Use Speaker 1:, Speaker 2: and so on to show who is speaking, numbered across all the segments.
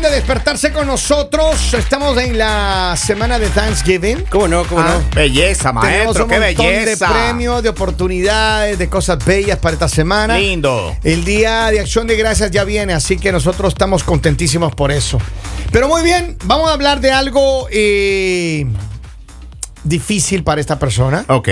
Speaker 1: conectarse con nosotros. Estamos en la semana de Thanksgiving.
Speaker 2: ¿Cómo no? ¿Cómo
Speaker 1: Ah,
Speaker 2: no?
Speaker 3: Belleza,
Speaker 1: Tenemos
Speaker 3: maestro,
Speaker 1: un
Speaker 3: qué
Speaker 1: montón
Speaker 3: belleza.
Speaker 1: de premios, de oportunidades, de cosas bellas para esta semana.
Speaker 3: Lindo.
Speaker 1: El día de acción de gracias ya viene, así que nosotros estamos contentísimos por eso. Pero muy bien, vamos a hablar de algo eh, difícil para esta persona.
Speaker 3: Ok.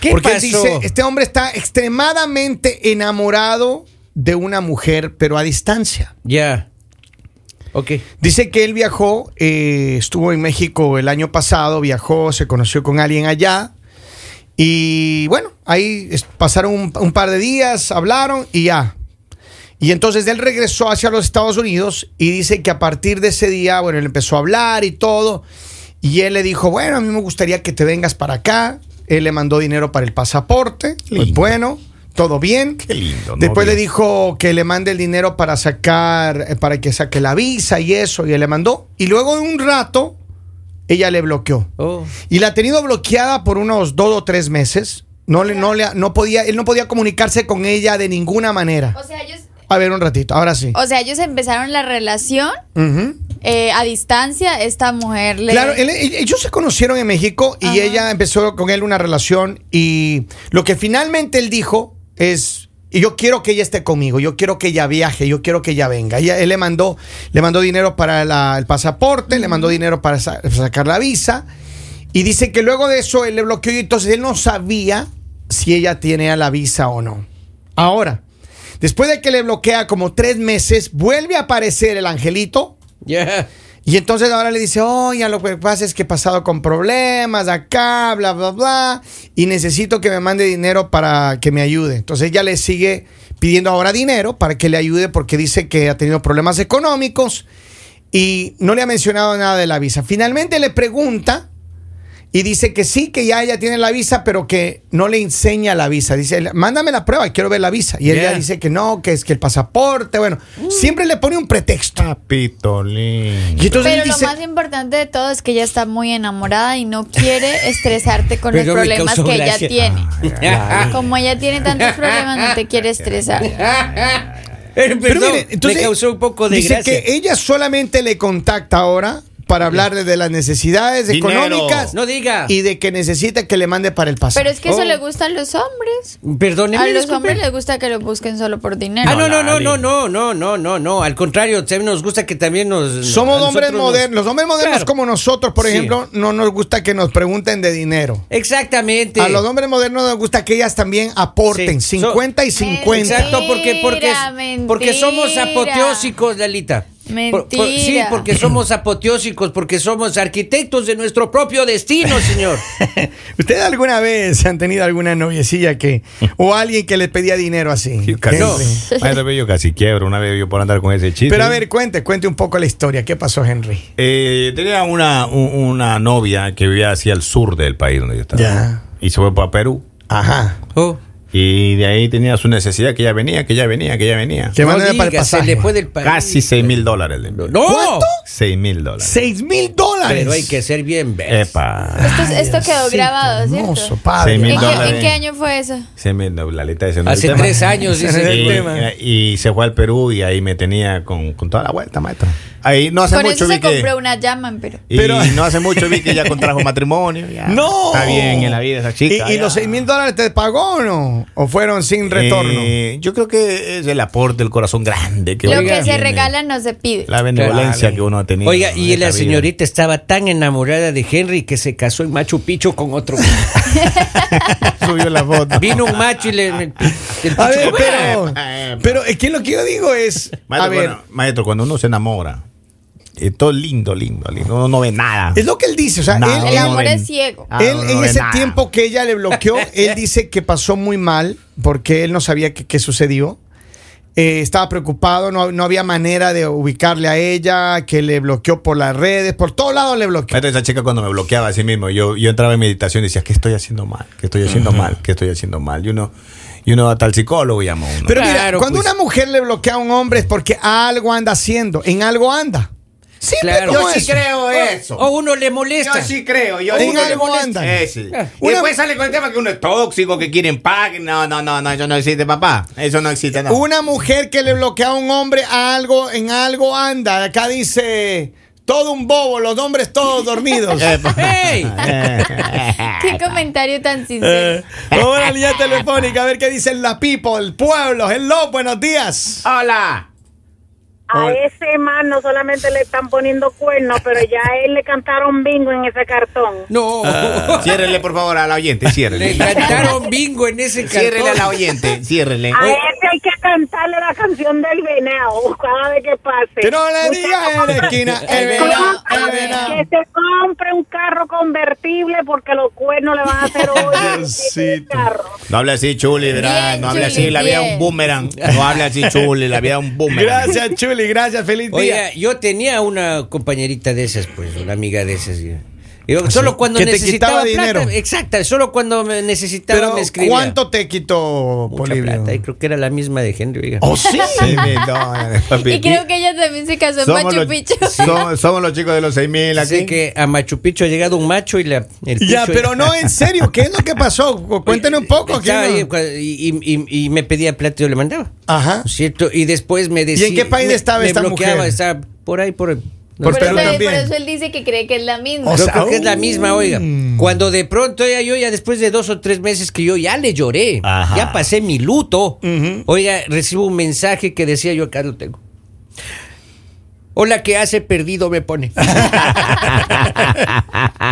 Speaker 2: ¿Qué
Speaker 1: porque él
Speaker 2: pasó?
Speaker 1: dice, este hombre está extremadamente enamorado de una mujer, pero a distancia.
Speaker 2: Ya. Ok.
Speaker 1: Dice que él viajó, eh, estuvo en México el año pasado, viajó, se conoció con alguien allá. Y bueno, ahí es- pasaron un, un par de días, hablaron y ya. Y entonces él regresó hacia los Estados Unidos y dice que a partir de ese día, bueno, él empezó a hablar y todo. Y él le dijo, bueno, a mí me gustaría que te vengas para acá. Él le mandó dinero para el pasaporte. Pues
Speaker 3: lindo.
Speaker 1: bueno, todo bien.
Speaker 3: Qué lindo, ¿no?
Speaker 1: Después le
Speaker 3: Bien.
Speaker 1: dijo que le mande el dinero para sacar, eh, para que saque la visa y eso, y él le mandó. Y luego de un rato, ella le bloqueó.
Speaker 2: Oh.
Speaker 1: Y la ha tenido bloqueada por unos dos o tres meses. No le, no le, no podía, él no podía comunicarse con ella de ninguna manera.
Speaker 4: O sea, ellos,
Speaker 1: A ver, un ratito, ahora sí.
Speaker 4: o sea, ellos empezaron la relación
Speaker 1: Ujú.
Speaker 4: eh, a distancia. Esta mujer le.
Speaker 1: Claro, él- él- ellos se conocieron en México y
Speaker 4: Ajá.
Speaker 1: ella empezó con él una relación y lo que finalmente él dijo es y yo quiero que ella esté conmigo, yo quiero que ella viaje, yo quiero que ella venga. Ella- él le mandó, le mandó dinero para la- el pasaporte, le mandó dinero para sa- sacar la visa y dice que luego de eso él le bloqueó y entonces él no sabía si ella tenía la visa o no. Ahora, después de que le bloquea como tres meses, vuelve a aparecer el angelito.
Speaker 2: Ya.
Speaker 1: Y entonces ahora le dice, oye, lo que pasa es que he pasado con problemas acá, bla, bla, bla, y necesito que me mande dinero para que me ayude. Entonces ella le sigue pidiendo ahora dinero para que le ayude porque dice que ha tenido problemas económicos y no le ha mencionado nada de la visa. Finalmente le pregunta y dice que sí, que ya ella tiene la visa, pero que no le enseña la visa. Dice, mándame la prueba, quiero ver la visa. Y ella
Speaker 2: Yeah.
Speaker 1: dice que no, que es que el pasaporte, bueno, siempre le pone un pretexto.
Speaker 3: Papito lindo.
Speaker 1: Y entonces
Speaker 4: Pero
Speaker 1: él
Speaker 4: lo
Speaker 1: dice,
Speaker 4: más importante de todo es que ella está muy enamorada y no quiere estresarte con los
Speaker 2: Pero me
Speaker 4: problemas
Speaker 2: causó
Speaker 4: que ella
Speaker 2: gracia.
Speaker 4: tiene.
Speaker 2: Ah,
Speaker 4: Como ella tiene tantos problemas, no te quiere estresar.
Speaker 2: Eh,
Speaker 1: Pero
Speaker 2: perdón,
Speaker 1: mire, entonces,
Speaker 2: me causó un poco de
Speaker 1: dice
Speaker 2: gracia.
Speaker 1: que ella solamente le contacta ahora para hablarle de las necesidades
Speaker 3: Dinero.
Speaker 1: económicas
Speaker 2: No diga.
Speaker 1: y de que necesita que le mande para el pasaje.
Speaker 4: Pero es que eso
Speaker 2: Oh.
Speaker 4: le gusta a los hombres.
Speaker 2: Perdóneme,
Speaker 4: A los
Speaker 2: disculpe.
Speaker 4: hombres les gusta que lo busquen solo por dinero.
Speaker 2: Ah, no, no, no,
Speaker 3: Lali.
Speaker 2: no, no, no, no, no, no. Al contrario, también nos gusta que también nos.
Speaker 1: Somos
Speaker 2: a
Speaker 1: hombres
Speaker 2: nosotros nos-
Speaker 1: modernos. Los hombres modernos
Speaker 2: Claro.
Speaker 1: como nosotros, por
Speaker 2: Sí.
Speaker 1: ejemplo, no nos gusta que nos pregunten de dinero.
Speaker 2: Exactamente.
Speaker 1: A los hombres modernos nos gusta que ellas también aporten
Speaker 2: Sí.
Speaker 1: 50 y 50.
Speaker 2: Exacto, porque, porque,
Speaker 4: Mentira,
Speaker 2: porque somos
Speaker 4: mentira.
Speaker 2: apoteósicos, Lalita. Por- por- sí,
Speaker 4: Mentira.
Speaker 2: porque somos apoteósicos, porque somos arquitectos de nuestro propio destino, señor.
Speaker 1: ¿Ustedes alguna vez han tenido alguna noviecilla que o alguien que les pedía dinero así?
Speaker 3: Yo casi,
Speaker 2: No.
Speaker 3: Maestro, yo casi quiebro una vez yo por andar con ese chiste.
Speaker 1: Pero a ver, cuente, cuente un poco la historia. ¿Qué pasó, Henry?
Speaker 3: Eh, tenía una, u- una novia que vivía hacia el sur del país donde yo estaba.
Speaker 1: Ya.
Speaker 3: Y se fue para Perú.
Speaker 1: Ajá.
Speaker 2: Oh,
Speaker 3: Y de ahí tenía su necesidad que ya venía, que ya venía, que ya venía.
Speaker 1: Que mándame para el
Speaker 2: diga, se
Speaker 1: pasaje.
Speaker 2: le fue del país.
Speaker 3: Casi seis mil dólares. le envió.
Speaker 2: No,
Speaker 1: ¿Cuánto?
Speaker 3: Seis mil dólares.
Speaker 1: ¡Seis mil dólares!
Speaker 2: pero hay que ser bien ves.
Speaker 3: Epa.
Speaker 4: Esto, Pues esto quedó
Speaker 1: Diosito
Speaker 4: grabado, ¿cierto?
Speaker 1: hermoso, padre.
Speaker 3: Seis
Speaker 4: ¿En
Speaker 3: mil
Speaker 4: qué-
Speaker 3: dólares.
Speaker 4: ¿En qué año fue eso?
Speaker 3: Seis mil dólares. Lalita, ese no es el
Speaker 2: Hace
Speaker 3: tema.
Speaker 2: tres años,
Speaker 1: Ese es
Speaker 2: dice.
Speaker 1: el
Speaker 3: Y,
Speaker 2: señor.
Speaker 1: tema.
Speaker 3: y se fue al Perú y ahí me tenía con, con toda la vuelta, maestro. Ahí no hace
Speaker 4: Con
Speaker 3: mucho
Speaker 4: eso
Speaker 3: vi
Speaker 4: se
Speaker 3: que.
Speaker 4: compró una llama, pero.
Speaker 3: Y
Speaker 1: Pero-
Speaker 3: no hace mucho vi que ya contrajo matrimonio. ya.
Speaker 1: ¡No!
Speaker 3: Está bien en la vida esa chica.
Speaker 1: ¿Y, y
Speaker 3: ya.
Speaker 1: los seis mil dólares te pagó o no? ¿O fueron sin retorno?
Speaker 3: Eh, yo creo que es el aporte, el corazón grande que
Speaker 4: Lo
Speaker 3: uno
Speaker 4: que se
Speaker 3: tiene.
Speaker 4: regala no se pide.
Speaker 3: La benevolencia que uno ha tenido.
Speaker 2: Oiga,
Speaker 3: en
Speaker 2: y
Speaker 3: esta
Speaker 2: la
Speaker 3: vida.
Speaker 2: señorita estaba tan enamorada de Henry que se casó en Machu Picchu con otro.
Speaker 1: Subió la foto.
Speaker 2: Vino un macho y le. el- el
Speaker 1: A ver,
Speaker 2: Pichu-
Speaker 1: pero.
Speaker 3: Eh,
Speaker 1: Pero es que lo que yo digo es. A
Speaker 3: Maestro,
Speaker 1: ver,
Speaker 3: bueno, maestro, cuando uno se enamora, es todo lindo, lindo, lindo. Uno no ve nada.
Speaker 1: es lo que él dice. O sea,
Speaker 3: Nada,
Speaker 1: él-
Speaker 3: uno
Speaker 4: El
Speaker 3: no
Speaker 4: amor
Speaker 3: ve-
Speaker 4: es ciego.
Speaker 3: Ah,
Speaker 1: él
Speaker 3: uno no
Speaker 1: en
Speaker 3: ve
Speaker 1: ese
Speaker 3: nada.
Speaker 1: tiempo que ella le bloqueó, él dice que pasó muy mal porque él no sabía qué qué sucedió. Eh, estaba preocupado, no, no había manera de ubicarle a ella, que le bloqueó por las redes, por todos lados le bloqueó.
Speaker 3: Maestro, esa chica cuando me bloqueaba a sí mismo, yo, yo entraba en meditación y decía, ¿qué estoy haciendo mal? ¿Qué estoy haciendo mal? ¿Qué estoy haciendo mal? Y uno, y uno hasta el psicólogo llama a uno.
Speaker 1: Pero mira,
Speaker 2: Claro,
Speaker 1: cuando
Speaker 2: pues.
Speaker 1: una mujer le bloquea a un hombre es porque algo anda haciendo, en algo anda. Simple
Speaker 2: Claro.
Speaker 1: como
Speaker 2: Yo
Speaker 1: eso. Oh,
Speaker 2: sí
Speaker 5: creo eso.
Speaker 2: O uno le molesta.
Speaker 5: Yo sí creo. Yo
Speaker 1: En
Speaker 5: digo que-
Speaker 1: algo andan.
Speaker 5: Eh, sí.
Speaker 2: Ah.
Speaker 5: Y
Speaker 1: Una-
Speaker 5: después sale con el tema que uno es tóxico, que quieren pagar. No, no, no, no, eso no existe, papá. Eso no existe, no.
Speaker 1: Una mujer que le bloquea a un hombre a algo, en algo anda. Acá dice Todo un bobo, los hombres todos dormidos.
Speaker 2: ¡Ey!
Speaker 5: Eh,
Speaker 4: Qué comentario tan sincero.
Speaker 1: Eh, Vamos a la línea telefónica a ver qué dicen la people, pueblos, hello, buenos días.
Speaker 5: Hola.
Speaker 6: A
Speaker 1: Hola.
Speaker 6: ese man no solamente le están poniendo cuernos, pero ya a él le cantaron bingo en ese cartón.
Speaker 2: No.
Speaker 3: Ah.
Speaker 5: Ciérrele, por favor, a la oyente,
Speaker 2: Le
Speaker 5: ciérrele.
Speaker 2: cantaron bingo en ese
Speaker 5: Ciérrele a la
Speaker 2: cartón.
Speaker 5: oyente, ciérrele.
Speaker 1: Ah,
Speaker 6: A ese hay que cantarle la canción del venado cada vez que pase.
Speaker 1: Que no le
Speaker 6: Mucha-
Speaker 1: digas en la esquina, el venado, el venado.
Speaker 6: Que se compre un carro convertible porque los cuernos le van a hacer hoy.
Speaker 1: Diosito.
Speaker 6: carro.
Speaker 5: No hable así, Chuli, ¿verdad?
Speaker 4: Bien,
Speaker 5: No hable así,
Speaker 4: Chuli,
Speaker 5: la vida es un
Speaker 4: bien.
Speaker 5: boomerang. No hable así, Chuli, la vida es un boomerang.
Speaker 1: Gracias, Chuli, gracias, feliz día.
Speaker 2: Oye, yo tenía una compañerita de esas, pues, una amiga de esas. yo- Yo solo cuando
Speaker 1: Ah, Que te
Speaker 2: necesitaba
Speaker 1: quitaba
Speaker 2: plata,
Speaker 1: dinero.
Speaker 2: exacta, solo cuando me necesitaba
Speaker 1: Pero,
Speaker 2: me escribía.
Speaker 1: ¿cuánto te quitó,
Speaker 2: Mucha
Speaker 1: Polibio?
Speaker 2: plata, y creo que era la misma de Henry. oiga.
Speaker 1: ¿Oh, sí?
Speaker 5: Sí, mi- no, papi.
Speaker 4: Y creo que ella también se casó en
Speaker 5: Somos
Speaker 4: Machu
Speaker 5: los-
Speaker 4: Picchu.
Speaker 5: so- somos los chicos de los 6000 aquí.
Speaker 2: Así que a Machu Picchu ha llegado un macho y la, el
Speaker 1: Ya,
Speaker 2: picho-
Speaker 1: pero no, en serio, ¿qué es lo que pasó? Cu- Cuéntenos un poco. ¿qué
Speaker 2: Estaba
Speaker 1: no-
Speaker 2: ahí, cua- y, y- y- y me pedía plata y yo le mandaba.
Speaker 1: Ajá.
Speaker 2: ¿Cierto? Y después me decía.
Speaker 1: en qué país
Speaker 2: me-
Speaker 1: estaba
Speaker 2: me
Speaker 1: esta
Speaker 2: bloqueaba,
Speaker 1: mujer?
Speaker 2: Estaba por ahí, por ahí.
Speaker 1: Por
Speaker 4: por,
Speaker 1: Perú
Speaker 4: eso,
Speaker 1: también.
Speaker 4: por eso él dice que cree que es la misma.
Speaker 1: O
Speaker 2: Yo
Speaker 1: sea,
Speaker 2: creo que es la
Speaker 1: uh.
Speaker 2: misma, oiga. Cuando de pronto ya yo, ya después de dos o tres meses que yo ya le lloré,
Speaker 3: Ajá.
Speaker 2: ya pasé mi luto, oiga, recibo un mensaje que decía yo acá lo tengo. Hola, que hace perdido me pone.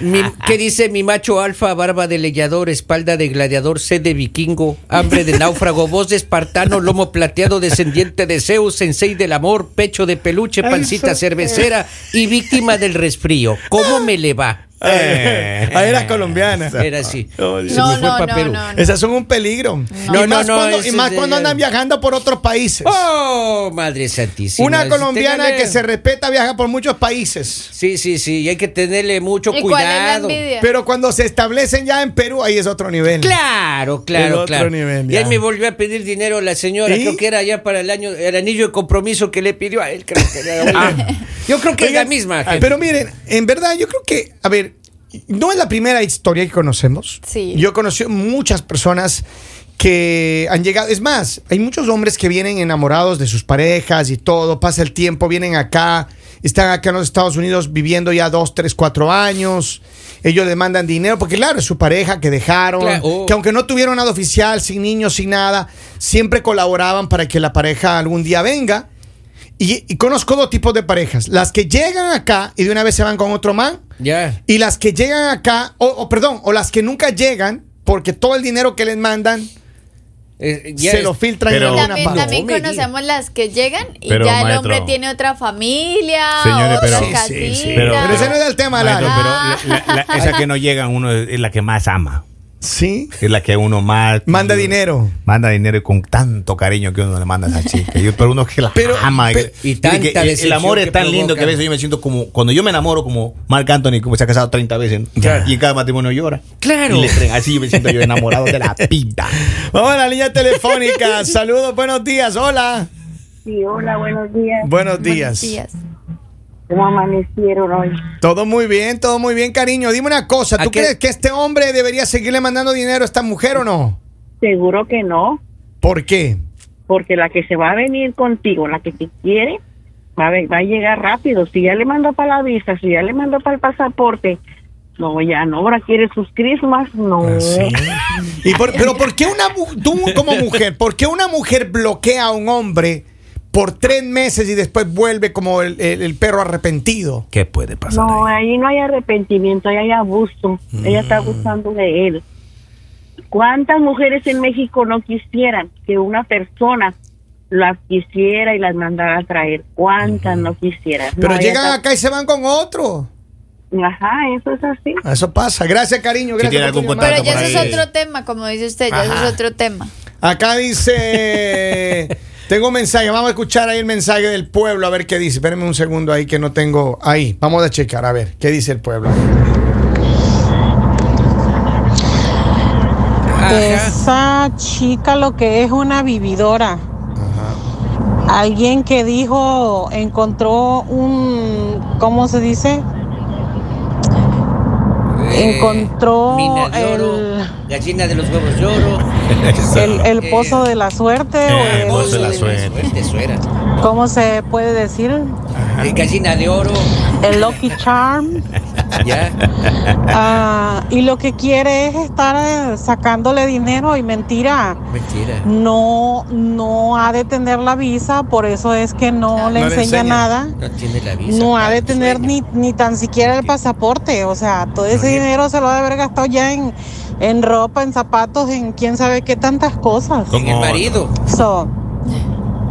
Speaker 2: Mi- ¿Qué dice mi macho alfa, barba de leñador, espalda de gladiador, sed de vikingo, hambre de náufrago, voz de espartano, lomo plateado, descendiente de Zeus, sensei del amor, pecho de peluche, pancita cervecera y víctima del resfrío? ¿Cómo me le va?
Speaker 5: Eh.
Speaker 1: Ahí era colombiana.
Speaker 2: Era así.
Speaker 1: Oye.
Speaker 2: me
Speaker 4: no,
Speaker 2: fue
Speaker 4: no,
Speaker 2: pa'
Speaker 4: no,
Speaker 2: Perú.
Speaker 4: no, no.
Speaker 1: Esas son un peligro.
Speaker 2: No,
Speaker 1: y más
Speaker 2: no, no,
Speaker 1: cuando, y
Speaker 2: ese
Speaker 1: más
Speaker 2: es
Speaker 1: cuando
Speaker 2: de-
Speaker 1: andan viajando por otros países.
Speaker 2: Oh, madre santísima.
Speaker 1: Una
Speaker 2: Sí,
Speaker 1: colombiana
Speaker 2: téngale-
Speaker 1: que se respeta viaja por muchos países.
Speaker 2: Sí, sí, sí, y hay que tenerle mucho
Speaker 4: ¿Y cuál es la
Speaker 2: cuidado.
Speaker 4: envidia?
Speaker 1: Pero cuando se establecen ya en Perú, ahí es otro nivel.
Speaker 2: Claro,
Speaker 1: El
Speaker 2: claro,
Speaker 1: otro
Speaker 2: claro.
Speaker 1: nivel,
Speaker 2: y ahí
Speaker 1: ya.
Speaker 2: me volvió a pedir dinero la señora,
Speaker 1: ¿Y?
Speaker 2: creo que era ya para el año, el anillo de compromiso que le pidió a él, creo que era. Yo creo que es la
Speaker 1: Ah. Oigan,
Speaker 2: misma.
Speaker 1: ah,
Speaker 2: gente.
Speaker 1: Pero miren, en verdad, yo creo que, a ver, no es la primera historia que conocemos.
Speaker 4: Sí.
Speaker 1: Yo conocí muchas personas que han llegado. Es más, hay muchos hombres que vienen enamorados de sus parejas y todo. Pasa el tiempo, vienen acá, están acá en los Estados Unidos viviendo ya dos, tres, cuatro años. Ellos le mandan dinero porque, claro, es su pareja que dejaron.
Speaker 2: Claro, oh.
Speaker 1: Que aunque no tuvieron nada oficial, sin niños, sin nada, siempre colaboraban para que la pareja algún día venga. Y, y conozco dos tipos de parejas. Las que llegan acá y de una vez se van con otro man.
Speaker 2: ya.
Speaker 1: Y las que llegan acá, o, o perdón, o las que nunca llegan porque todo el dinero que les mandan
Speaker 2: eh, ya
Speaker 1: se
Speaker 2: es-
Speaker 1: lo filtran
Speaker 3: pero-
Speaker 1: en alguna
Speaker 4: También,
Speaker 1: parte.
Speaker 4: también
Speaker 2: No me
Speaker 4: conocemos las que llegan y
Speaker 3: Pero,
Speaker 4: ya el
Speaker 3: maestro.
Speaker 4: hombre tiene otra familia,
Speaker 3: Señores,
Speaker 4: otra
Speaker 3: pero- Sí,
Speaker 4: casita.
Speaker 1: sí, sí.
Speaker 3: Pero-
Speaker 1: Pero ese no es el tema,
Speaker 3: Maestro,
Speaker 1: Lara.
Speaker 3: pero la- la- la- esa que no llega uno es, es la que más ama.
Speaker 1: Sí.
Speaker 3: Es la que uno más.
Speaker 1: Manda dinero.
Speaker 3: Manda dinero y con tanto cariño que uno le manda a esa chica. Yo- pero uno que la
Speaker 1: Pero-
Speaker 3: ama.
Speaker 1: pe-
Speaker 2: y
Speaker 3: Mire que
Speaker 2: tanta
Speaker 3: el- el
Speaker 2: decepción
Speaker 3: amor es
Speaker 2: que
Speaker 3: tan
Speaker 2: provoca.
Speaker 3: lindo que a veces yo me siento como. Cuando yo me enamoro, como Marc Anthony, como se ha casado 30 veces. ¿no? Y en cada matrimonio llora.
Speaker 2: Claro.
Speaker 3: Y le entrega. Así yo me siento yo enamorado de la pinta.
Speaker 1: Vamos a la línea telefónica. Saludos, buenos días. Hola.
Speaker 6: Sí, hola, buenos días.
Speaker 1: Buenos
Speaker 4: Buenos
Speaker 1: días.
Speaker 4: días.
Speaker 6: ¿Cómo amanecieron hoy?
Speaker 1: Todo muy bien, todo muy bien, cariño. Dime una cosa,
Speaker 2: ¿A
Speaker 1: ¿tú
Speaker 2: qué-
Speaker 1: crees que este hombre debería seguirle mandando dinero a esta mujer o no?
Speaker 6: Seguro que no,
Speaker 1: ¿Por qué?
Speaker 6: porque la que se va a venir contigo, la que te quiere, va a, ve- va a llegar rápido. Si ya le mandó para la visa, si ya le mandó para el pasaporte, no, ya no, ahora quiere sus crismas, no.
Speaker 1: ¿Y por- pero ¿por qué una mu- tú como mujer, por qué una mujer bloquea a un hombre por tres meses y después vuelve como el, el- el perro arrepentido?
Speaker 3: ¿Qué puede pasar?
Speaker 6: No,
Speaker 3: ahí?
Speaker 6: ahí no hay arrepentimiento, ahí hay abuso. Ella está abusando de él. ¿Cuántas mujeres en México no quisieran que una persona las quisiera y las mandara a traer? ¿Cuántas no quisieran?
Speaker 1: Pero
Speaker 6: No, ella
Speaker 1: llegan acá y se van con otro.
Speaker 6: está- Ajá, eso es así.
Speaker 1: Eso pasa. Gracias, cariño. Gracias
Speaker 3: tiene
Speaker 1: por tu
Speaker 3: algún
Speaker 1: llamada.
Speaker 4: Pero
Speaker 3: contacto
Speaker 4: ya
Speaker 3: por
Speaker 4: eso
Speaker 3: ahí.
Speaker 4: es otro tema, como dice usted, ya eso es otro tema.
Speaker 1: Acá dice. Tengo un mensaje, vamos a escuchar ahí el mensaje del pueblo, a ver qué dice. Espérenme un segundo ahí que no tengo. Ahí, vamos a checar, a ver, ¿qué dice el pueblo?
Speaker 2: Ah,
Speaker 7: Eh,
Speaker 2: Ajá.
Speaker 7: Esa chica lo que es una vividora. Alguien que dijo, encontró un, ¿cómo se dice? Encontró
Speaker 2: eh, Mina de oro,
Speaker 7: el-
Speaker 2: gallina de los huevos de oro.
Speaker 7: El, el pozo de la suerte, o
Speaker 3: Eh,
Speaker 7: el-
Speaker 3: pozo de la
Speaker 2: Suerte, suera.
Speaker 7: ¿cómo se puede decir?
Speaker 2: Eh, Gallina de oro.
Speaker 7: el Lucky Charm.
Speaker 2: ¿Ya?
Speaker 7: ah, y lo que quiere es estar eh, sacándole dinero y mentira.
Speaker 2: Mentira.
Speaker 7: No, no ha de tener la visa, por eso es que no,
Speaker 4: Ah,
Speaker 7: le,
Speaker 4: no
Speaker 7: enseña, nada.
Speaker 2: No tiene la visa.
Speaker 7: No ha de
Speaker 2: claro,
Speaker 7: tener
Speaker 2: sueño.
Speaker 7: ni, ni tan siquiera el pasaporte. O sea, todo ese dinero se lo ha de haber gastado ya en, en ropa, en zapatos, en quién sabe qué tantas cosas.
Speaker 3: Con
Speaker 2: Sin el
Speaker 3: otro.
Speaker 2: marido.
Speaker 7: So,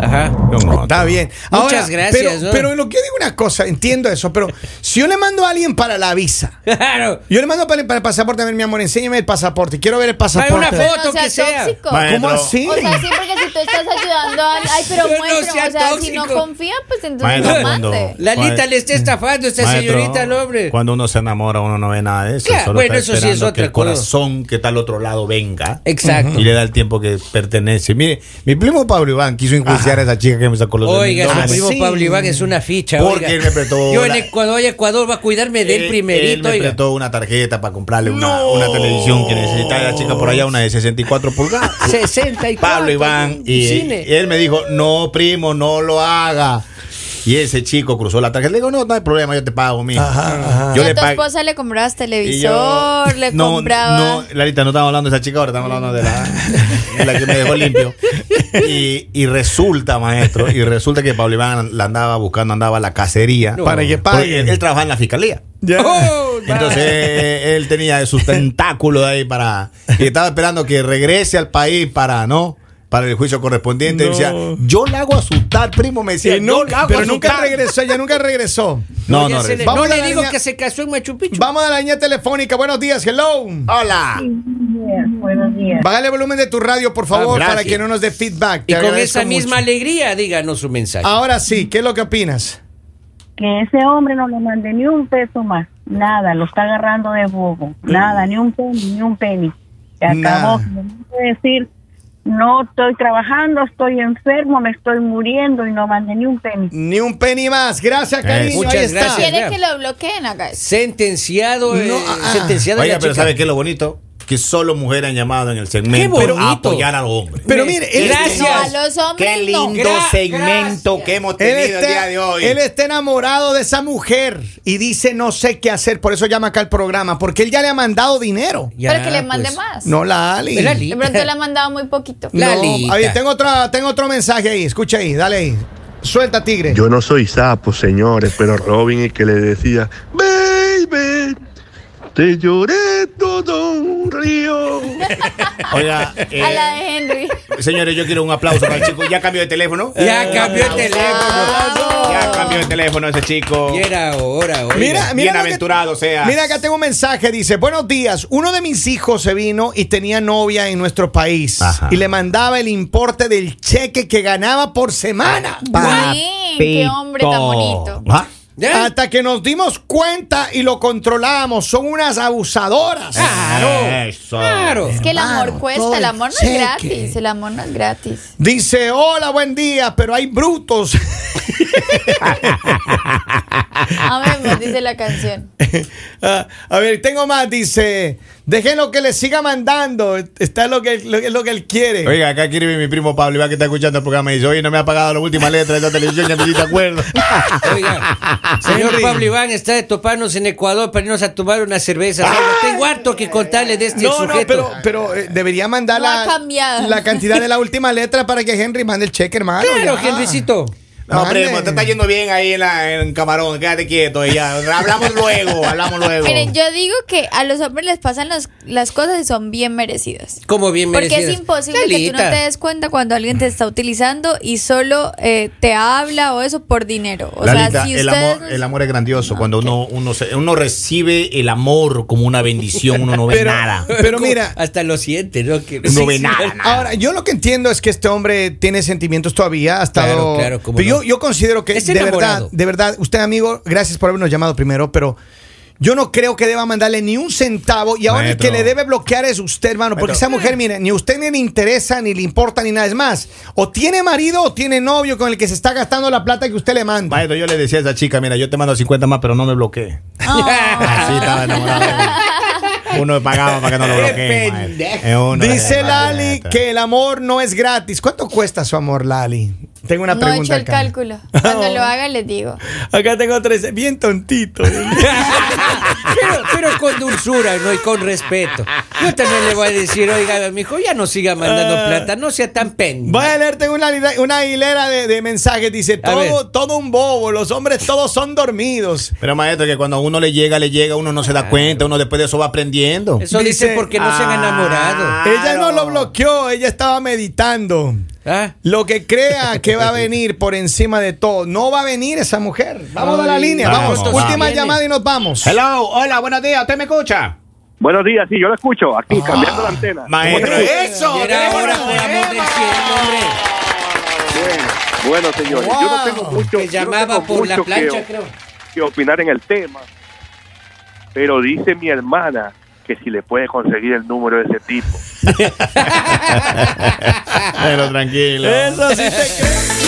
Speaker 2: Ajá.
Speaker 3: Con otro.
Speaker 1: Está bien.
Speaker 2: Muchas
Speaker 1: Ahora,
Speaker 2: gracias,
Speaker 1: Pero,
Speaker 2: ¿no?
Speaker 1: pero lo que digo una cosa, entiendo eso, pero si yo le mando a alguien para la visa,
Speaker 2: Claro.
Speaker 1: yo le mando para, para el pasaporte, a ver, mi amor, enséñame el pasaporte, quiero ver el
Speaker 2: Hay
Speaker 1: pasaporte.
Speaker 2: una
Speaker 4: Pero
Speaker 2: foto
Speaker 4: no
Speaker 2: que sea.
Speaker 4: tóxico.
Speaker 3: Vale.
Speaker 1: ¿Cómo
Speaker 3: Maestro.
Speaker 1: así?
Speaker 4: O sea, sí, porque si tú estás ayudando a. Ay, pero
Speaker 2: Pero no
Speaker 4: muéstrame.
Speaker 2: sea
Speaker 4: o sea, si no
Speaker 2: tóxico.
Speaker 4: confía, pues entonces
Speaker 3: Maestro,
Speaker 4: no
Speaker 3: cuando-
Speaker 4: mande.
Speaker 2: Lalita
Speaker 3: Maestro.
Speaker 2: le está estafando a esta
Speaker 3: Maestro,
Speaker 2: señorita al hombre.
Speaker 3: Cuando uno se enamora, uno no ve nada de eso.
Speaker 2: Claro,
Speaker 3: solo
Speaker 2: bueno,
Speaker 3: está
Speaker 2: eso sí es
Speaker 3: esperando
Speaker 2: otra
Speaker 3: que el
Speaker 2: cosa.
Speaker 3: corazón que está al otro lado venga.
Speaker 2: Exacto.
Speaker 3: Y le da el tiempo que pertenece. Mire, mi primo Pablo Iván quiso enjuiciar a esa chica que me sacó los 2000
Speaker 2: Oiga, su
Speaker 3: dólares.
Speaker 2: primo
Speaker 1: sí.
Speaker 2: Pablo Iván es una ficha.
Speaker 3: Porque
Speaker 2: oiga.
Speaker 3: él me prestó
Speaker 2: Yo en
Speaker 3: la- Eh,
Speaker 2: Ecuador, Ecuador va a cuidarme de él
Speaker 3: Él
Speaker 2: primerito.
Speaker 3: me
Speaker 2: oiga.
Speaker 3: prestó una tarjeta para comprarle una, una televisión que necesitaba la chica por allá, una de 64 pulgadas.
Speaker 2: 64.
Speaker 3: Pablo Iván. Y,
Speaker 2: Cine.
Speaker 3: y él me dijo, no, primo, no lo haga. Y ese chico cruzó la tarjeta. Le digo, no, no hay problema, yo te pago, mijo.
Speaker 4: Yo a tu esposa le comprabas
Speaker 3: Y
Speaker 4: televisor,
Speaker 3: yo-
Speaker 4: le
Speaker 3: no,
Speaker 4: comprabas.
Speaker 3: No, Larita, no estamos hablando de esa chica ahora, estamos hablando de la, de la que me dejó limpio. Y, y resulta, maestro, y resulta que Pablo Iván la andaba buscando, andaba a la cacería.
Speaker 2: No.
Speaker 1: Para que
Speaker 3: Porque
Speaker 1: paguen.
Speaker 3: él trabajaba en la fiscalía.
Speaker 1: Ya.
Speaker 2: Oh,
Speaker 3: Entonces eh, él tenía sus tentáculos ahí para. Y estaba esperando que regrese al país para, ¿no? Para el juicio correspondiente. Y decía, yo la hago asustar, primo. Me decía,
Speaker 1: Y
Speaker 3: "Yo
Speaker 1: nunca-
Speaker 3: la hago
Speaker 1: pero nunca
Speaker 3: asustar".
Speaker 1: regresó, ella nunca regresó.
Speaker 3: No,
Speaker 2: ya
Speaker 3: no,
Speaker 2: se le-
Speaker 3: regresó.
Speaker 1: Vamos
Speaker 2: no
Speaker 1: a
Speaker 2: le
Speaker 1: la
Speaker 2: digo
Speaker 1: línea-
Speaker 2: que se casó en Machu Picchu.
Speaker 1: Vamos a la línea telefónica, buenos días, hello.
Speaker 3: Hola.
Speaker 6: Buenos días.
Speaker 1: Bájale el volumen de tu radio, por favor,
Speaker 3: Ah, gracias.
Speaker 1: para que no nos dé feedback. Te
Speaker 2: y con
Speaker 1: agradezco
Speaker 2: esa misma
Speaker 1: mucho.
Speaker 2: alegría, díganos su mensaje.
Speaker 3: Ah.
Speaker 1: Ahora sí, ¿qué es lo que opinas?
Speaker 6: que ese hombre no le mande ni un peso más, nada, lo está agarrando de bobo, nada, ni un penny, ni un penny. Se acabó,
Speaker 1: Nada.
Speaker 6: No puede decir, no estoy trabajando, estoy enfermo, me estoy muriendo y no mande ni un penny.
Speaker 1: Ni un penny más. Gracias, cariño.
Speaker 2: muchas
Speaker 1: ahí está.
Speaker 2: gracias.
Speaker 4: Quiere
Speaker 2: ya.
Speaker 4: que lo bloqueen acá.
Speaker 2: Sentenciado. eh,
Speaker 1: No, ah,
Speaker 2: sentenciada
Speaker 3: Oiga,
Speaker 2: la
Speaker 3: pero
Speaker 2: chica.
Speaker 3: ¿sabe qué es lo bonito? Que solo mujeres han llamado en el
Speaker 2: Qué
Speaker 3: segmento
Speaker 2: bonito.
Speaker 3: a apoyar al hombre.
Speaker 1: Pero mire, él-
Speaker 2: gracias.
Speaker 4: No, a los hombres
Speaker 5: Qué
Speaker 4: no.
Speaker 5: lindo
Speaker 2: Gra-
Speaker 5: segmento
Speaker 2: gracias.
Speaker 5: que hemos
Speaker 1: Él
Speaker 5: tenido el día
Speaker 1: está,
Speaker 5: de hoy.
Speaker 1: él está enamorado de esa mujer y dice no sé qué hacer, por eso llama acá al programa, porque él ya le ha mandado dinero.
Speaker 2: Ya,
Speaker 4: para que le mande
Speaker 2: pues.
Speaker 4: más.
Speaker 1: No la Ali.
Speaker 2: El Ali.
Speaker 4: De pronto le ha mandado muy poquito.
Speaker 1: No,
Speaker 2: Lalita.
Speaker 1: a ver, tengo, otra, tengo otro mensaje ahí, escucha ahí, dale ahí. Suelta, tigre.
Speaker 8: Yo no soy sapo, señores, pero Robin el que le decía, baby, te lloré todo un río.
Speaker 3: Oiga, eh,
Speaker 4: A la de Henry.
Speaker 3: señores, yo quiero un aplauso para el chico. ¿Ya cambió de teléfono?
Speaker 2: Ya cambió el teléfono.
Speaker 5: Ya cambió de teléfono ese chico.
Speaker 2: Y era ahora,
Speaker 1: Mira,
Speaker 2: oiga.
Speaker 1: mira lo que-
Speaker 5: Bienaventurado seas.
Speaker 1: Mira, acá tengo un mensaje. Dice: Buenos días. Uno de mis hijos se vino y tenía novia en nuestro país.
Speaker 3: Ajá.
Speaker 1: Y le mandaba el importe del cheque que ganaba por semana.
Speaker 4: Sí, qué hombre tan bonito.
Speaker 1: ¿Ah?
Speaker 3: Ajá.
Speaker 2: ¿Ya?
Speaker 1: Hasta que nos dimos cuenta y lo controlábamos. Son unas abusadoras.
Speaker 2: Ah. Claro.
Speaker 3: Eso.
Speaker 2: Claro.
Speaker 4: Es que el amor
Speaker 1: Hermano, todo
Speaker 4: cuesta,
Speaker 1: el
Speaker 4: el amor no
Speaker 1: cheque.
Speaker 4: es gratis, el amor no es gratis.
Speaker 1: Dice, hola, buen día, pero hay brutos.
Speaker 4: Amemos, Ah, pues, dice la canción.
Speaker 1: Ah, a ver, tengo más. Dice, déjenlo que le siga mandando. Está lo que, lo, que- lo que él quiere.
Speaker 3: Eh. Oiga, acá quiere mi primo Pablo Iván que está escuchando el programa y dice, oye, no me ha pagado la última letra de esta televisión, ya no te acuerdo.
Speaker 2: Oiga, señor
Speaker 1: Henry.
Speaker 2: Pablo Iván está de toparnos en Ecuador para irnos a tomar una cerveza. Tengo harto que contarle de este
Speaker 1: Ah. No,
Speaker 2: sujeto.
Speaker 1: no, pero, pero eh, debería mandar
Speaker 4: No ha
Speaker 1: la,
Speaker 4: cambiado.
Speaker 1: la cantidad de la última letra para que Henry mande el cheque, hermano.
Speaker 2: Claro,
Speaker 1: ya.
Speaker 2: Henrycito.
Speaker 5: No,
Speaker 1: Mande.
Speaker 5: primo, te está yendo bien ahí en, la- en Camarón. Quédate quieto. y Ya. Hablamos luego, hablamos luego.
Speaker 4: Miren, yo digo que a los hombres les pasan las- las cosas y son bien merecidas.
Speaker 2: Como bien
Speaker 4: Porque es
Speaker 2: merecidas.
Speaker 4: imposible que tú no
Speaker 2: Lalita.
Speaker 4: te des cuenta cuando alguien te está utilizando y solo eh, te habla o eso por dinero. O sea,
Speaker 3: Lalita,
Speaker 4: si
Speaker 3: el,
Speaker 4: ustedes...
Speaker 3: amor, el amor es grandioso. Cuando uno, uno, se- uno recibe el amor como una bendición, uno no ve
Speaker 1: Pero-
Speaker 3: nada.
Speaker 1: Pero
Speaker 2: Como-
Speaker 1: mira-
Speaker 2: Hasta lo siente, ¿no? Que-
Speaker 3: No
Speaker 2: sí,
Speaker 3: ve
Speaker 2: sí,
Speaker 3: nada,
Speaker 2: no.
Speaker 3: nada.
Speaker 1: Ahora, yo lo que entiendo es que este hombre tiene sentimientos todavía, ha estado.
Speaker 2: Claro, claro, cómo
Speaker 1: pero yo,
Speaker 2: no.
Speaker 1: yo considero que
Speaker 2: Es
Speaker 1: de verdad,
Speaker 2: enamorado.
Speaker 1: de verdad, usted amigo, gracias por habernos llamado primero, pero yo no creo que deba mandarle ni un centavo y ahora
Speaker 3: Maestro.
Speaker 1: el que le debe bloquear es usted, hermano, porque
Speaker 3: Maestro.
Speaker 1: esa mujer, mire, ni a usted ni le interesa, ni le importa, ni nada es más. O tiene marido o tiene novio con el que se está gastando la plata que usted le manda.
Speaker 3: Maestro, yo le decía a esa chica, mira, yo te mando 50 más, pero no me bloqueé. Así estaba enamorado. de mí. Uno pagaba para que no lo bloquee. maestro. Es uno de-
Speaker 1: Dice
Speaker 3: maestro.
Speaker 1: Lali que el amor no es gratis. ¿Cuánto cuesta su amor, Lali? Tengo una
Speaker 4: no he hecho
Speaker 1: pregunta.
Speaker 4: el
Speaker 1: acá.
Speaker 4: cálculo. Cuando lo haga les digo.
Speaker 9: Acá tengo tres. Bien tontito.
Speaker 2: Pero, pero con dulzura ¿no? y con respeto. Yo también le voy a decir, oiga, mijo, ya no siga mandando
Speaker 9: Ah.
Speaker 2: plata, no sea tan pen.
Speaker 1: Voy a leerte una, lida- una hilera de, de mensajes. Dice,
Speaker 2: A ver.
Speaker 1: todo, todo un bobo, los hombres todos son dormidos.
Speaker 3: Pero maestro, que cuando a uno le llega, le llega, uno no se da cuenta, uno después de eso va aprendiendo.
Speaker 2: Eso dice
Speaker 1: Dice-
Speaker 2: porque no se han enamorado.
Speaker 1: Ella no lo bloqueó, ella estaba meditando.
Speaker 2: Ah.
Speaker 1: Lo que crea que va a venir por encima de todo, no va a venir esa mujer. Vamos a la
Speaker 2: Ay,
Speaker 1: línea, vamos.
Speaker 3: vamos,
Speaker 1: Última
Speaker 2: vamos.
Speaker 1: llamada y nos vamos.
Speaker 5: Hello, hola, buenos días, ¿usted me escucha?
Speaker 10: Buenos días, sí, yo lo escucho, aquí, cambiando la antena.
Speaker 3: Ah. Maestro, eso.
Speaker 2: Y era
Speaker 3: tenemos
Speaker 2: hora,
Speaker 3: un
Speaker 2: por amor del
Speaker 3: tema.
Speaker 2: cielo, hombre.
Speaker 10: Bueno, bueno, señores, yo no tengo mucho,
Speaker 2: Que
Speaker 10: yo no
Speaker 2: llamaba
Speaker 10: tengo
Speaker 2: por la
Speaker 10: mucho que-
Speaker 2: plancha, creo.
Speaker 10: que opinar en el tema, pero dice mi hermana que si le puede conseguir el número de ese tipo.
Speaker 3: Pero tranquilo.
Speaker 9: Eso sí te creo.